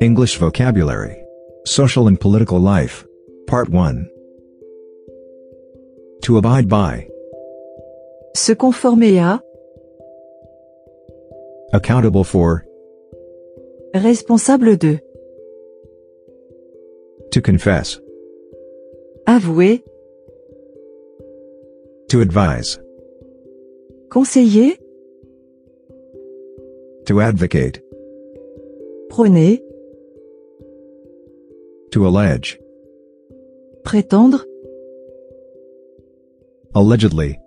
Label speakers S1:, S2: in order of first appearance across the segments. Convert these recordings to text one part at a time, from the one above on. S1: English Vocabulary Social and Political Life Part 1 To abide by
S2: Se conformer à,
S1: Accountable for
S2: responsable de,
S1: To confess
S2: avouer,
S1: To advise
S2: conseiller,
S1: To advocate
S2: prôner,
S1: To allege
S2: prétendre,
S1: Allegedly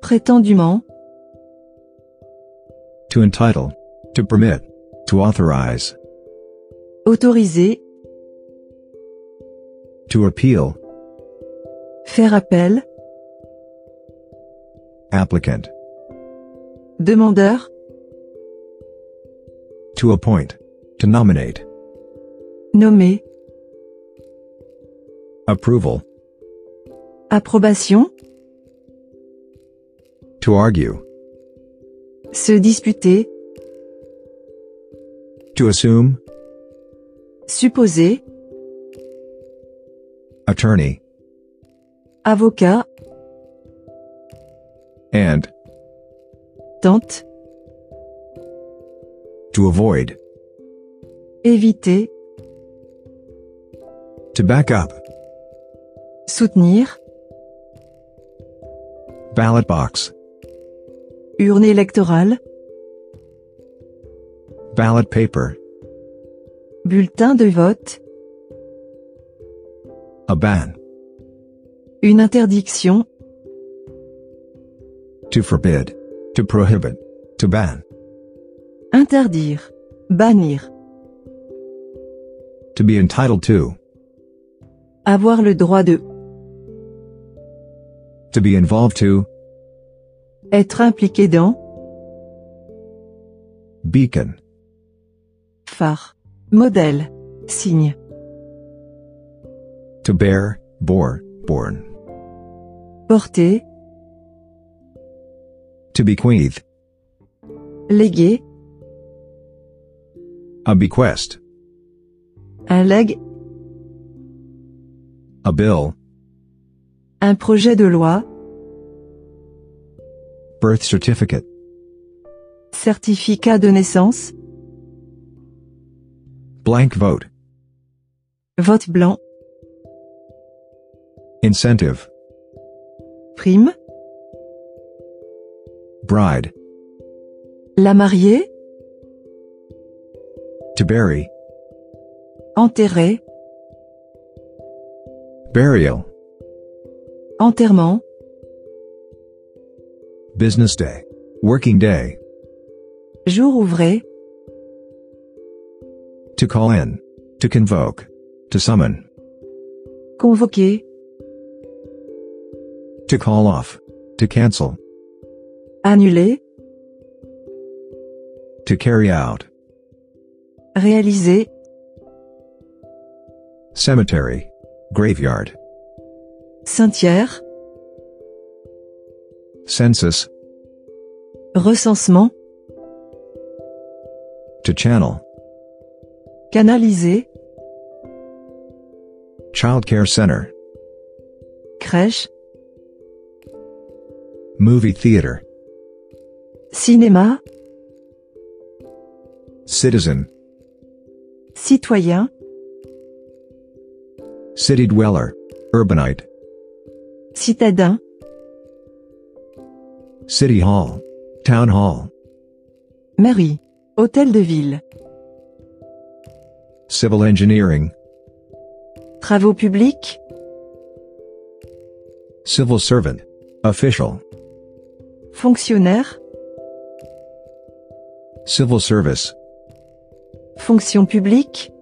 S2: prétendument,
S1: To entitle To permit To authorize
S2: autoriser,
S1: To appeal
S2: faire appel,
S1: Applicant
S2: demandeur,
S1: To appoint To nominate
S2: nommer,
S1: Approval
S2: approbation,
S1: To argue
S2: se disputer,
S1: To assume
S2: supposer,
S1: Attorney
S2: avocat,
S1: And
S2: tente,
S1: To avoid
S2: éviter,
S1: To back up
S2: soutenir,
S1: Ballot box
S2: urne électorale,
S1: Ballot paper
S2: bulletin de vote,
S1: A ban
S2: une interdiction,
S1: To forbid. To prohibit. To ban.
S2: interdire, bannir,
S1: To be entitled to.
S2: avoir le droit de,
S1: To be involved to.
S2: être impliqué dans,
S1: Beacon.
S2: phare, modèle, signe,
S1: To bear. Bore. Born.
S2: porter,
S1: To bequeath.
S2: léguer,
S1: A bequest.
S2: un leg,
S1: A bill.
S2: un projet de loi,
S1: Birth certificate.
S2: certificat de naissance,
S1: Blank vote.
S2: vote blanc,
S1: Incentive.
S2: prime,
S1: Bride.
S2: la mariée,
S1: To bury.
S2: enterrée,
S1: Burial.
S2: enterrement,
S1: Business day. Working day.
S2: jour ouvré,
S1: To call in. To convoke. To summon.
S2: convoqué,
S1: To call off. To cancel.
S2: annulé,
S1: To carry out.
S2: réalisé,
S1: Cemetery. Graveyard.
S2: cimetière,
S1: Census.
S2: recensement,
S1: To channel.
S2: canalisé,
S1: Child Care Center,
S2: crèche,
S1: Movie Theater,
S2: cinéma,
S1: Citizen,
S2: citoyen,
S1: City Dweller, Urbanite,
S2: citadin,
S1: City Hall, Town Hall,
S2: mairie, hôtel de ville,
S1: Civil Engineering,
S2: travaux publics,
S1: Civil Servant, Official,
S2: fonctionnaire,
S1: Civil Service,
S2: fonction publique,